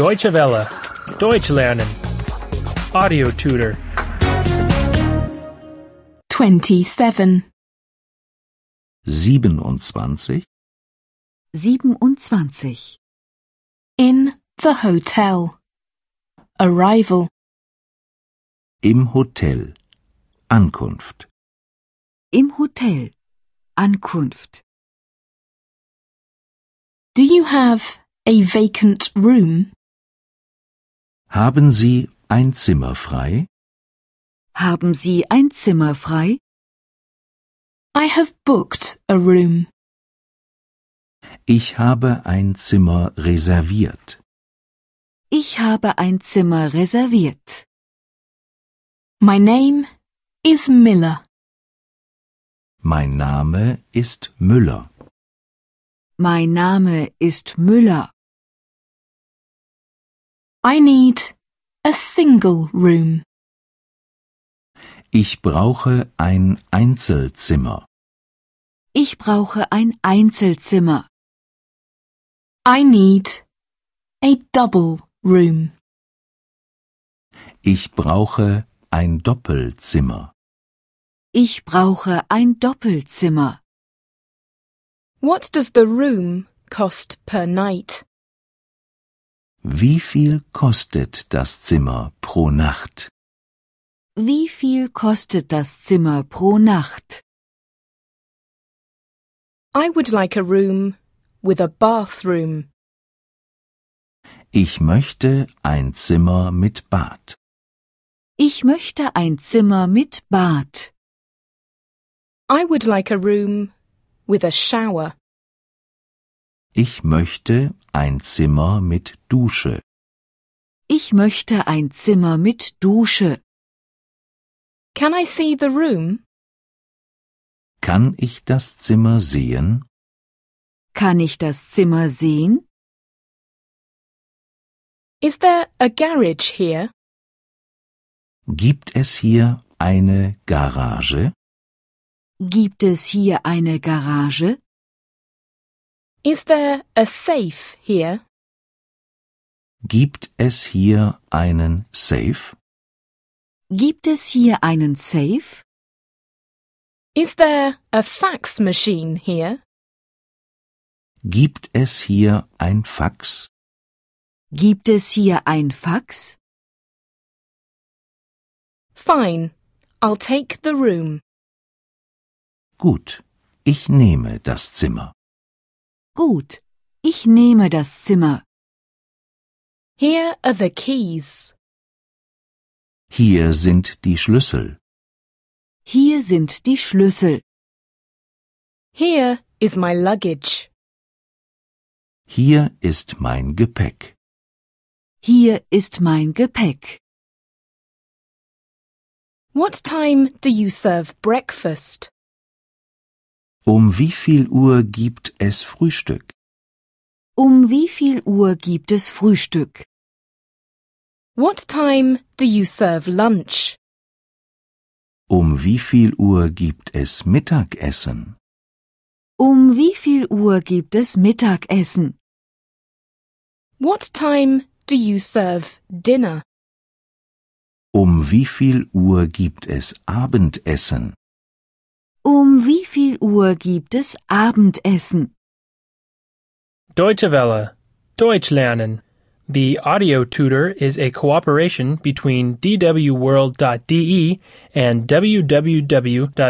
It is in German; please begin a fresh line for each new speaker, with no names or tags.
Deutsche Welle. Deutsch lernen. Audio tutor.
27.
27
27.
In the hotel. Arrival.
im Hotel Ankunft
Im Hotel. Ankunft.
Do you have a vacant room?
Haben Sie ein Zimmer frei?
Haben Sie ein Zimmer frei?
I have booked a room.
Ich habe ein Zimmer reserviert.
Ich habe ein Zimmer reserviert.
My name is Miller.
Mein Name ist Müller.
Mein Name ist Müller.
I need a single room.
Ich brauche ein Einzelzimmer.
Ich brauche ein Einzelzimmer.
I need a double room.
Ich brauche ein Doppelzimmer.
Ich brauche ein Doppelzimmer.
What does the room cost per night?
Wie viel kostet das Zimmer pro Nacht?
Wie viel kostet das Zimmer pro Nacht?
I would like a room with a bathroom.
Ich möchte ein Zimmer mit Bad.
Ich möchte ein Zimmer mit Bad.
I would like a room with a shower.
Ich möchte ein Zimmer mit Dusche.
Ich möchte ein Zimmer mit Dusche.
Can I see the room?
Kann ich das Zimmer sehen?
Kann ich das Zimmer sehen?
Is there a garage here?
Gibt es hier eine Garage?
Gibt es hier eine Garage?
Is there a safe here?
Gibt es hier einen Safe?
Gibt es hier einen Safe?
Is there a fax machine here?
Gibt es hier ein Fax?
Gibt es hier ein Fax?
Fine. I'll take the room.
Gut, ich nehme das Zimmer.
Gut, ich nehme das Zimmer.
Here are the keys.
Hier sind die Schlüssel.
Hier sind die Schlüssel.
Here is my luggage.
Hier ist mein Gepäck.
Hier ist mein Gepäck.
What time do you serve breakfast?
Um wie viel Uhr gibt es Frühstück?
Um wie viel Uhr gibt es Frühstück?
What time do you serve lunch?
Um wie viel Uhr gibt es Mittagessen?
Um wie viel Uhr gibt es Mittagessen?
What time do you serve dinner?
Um wie viel Uhr gibt es Abendessen?
Um wie viel Uhr gibt es Abendessen?
Deutsche Welle. Deutsch lernen. The audio tutor is a cooperation between E dwworld.de and www.book2.de.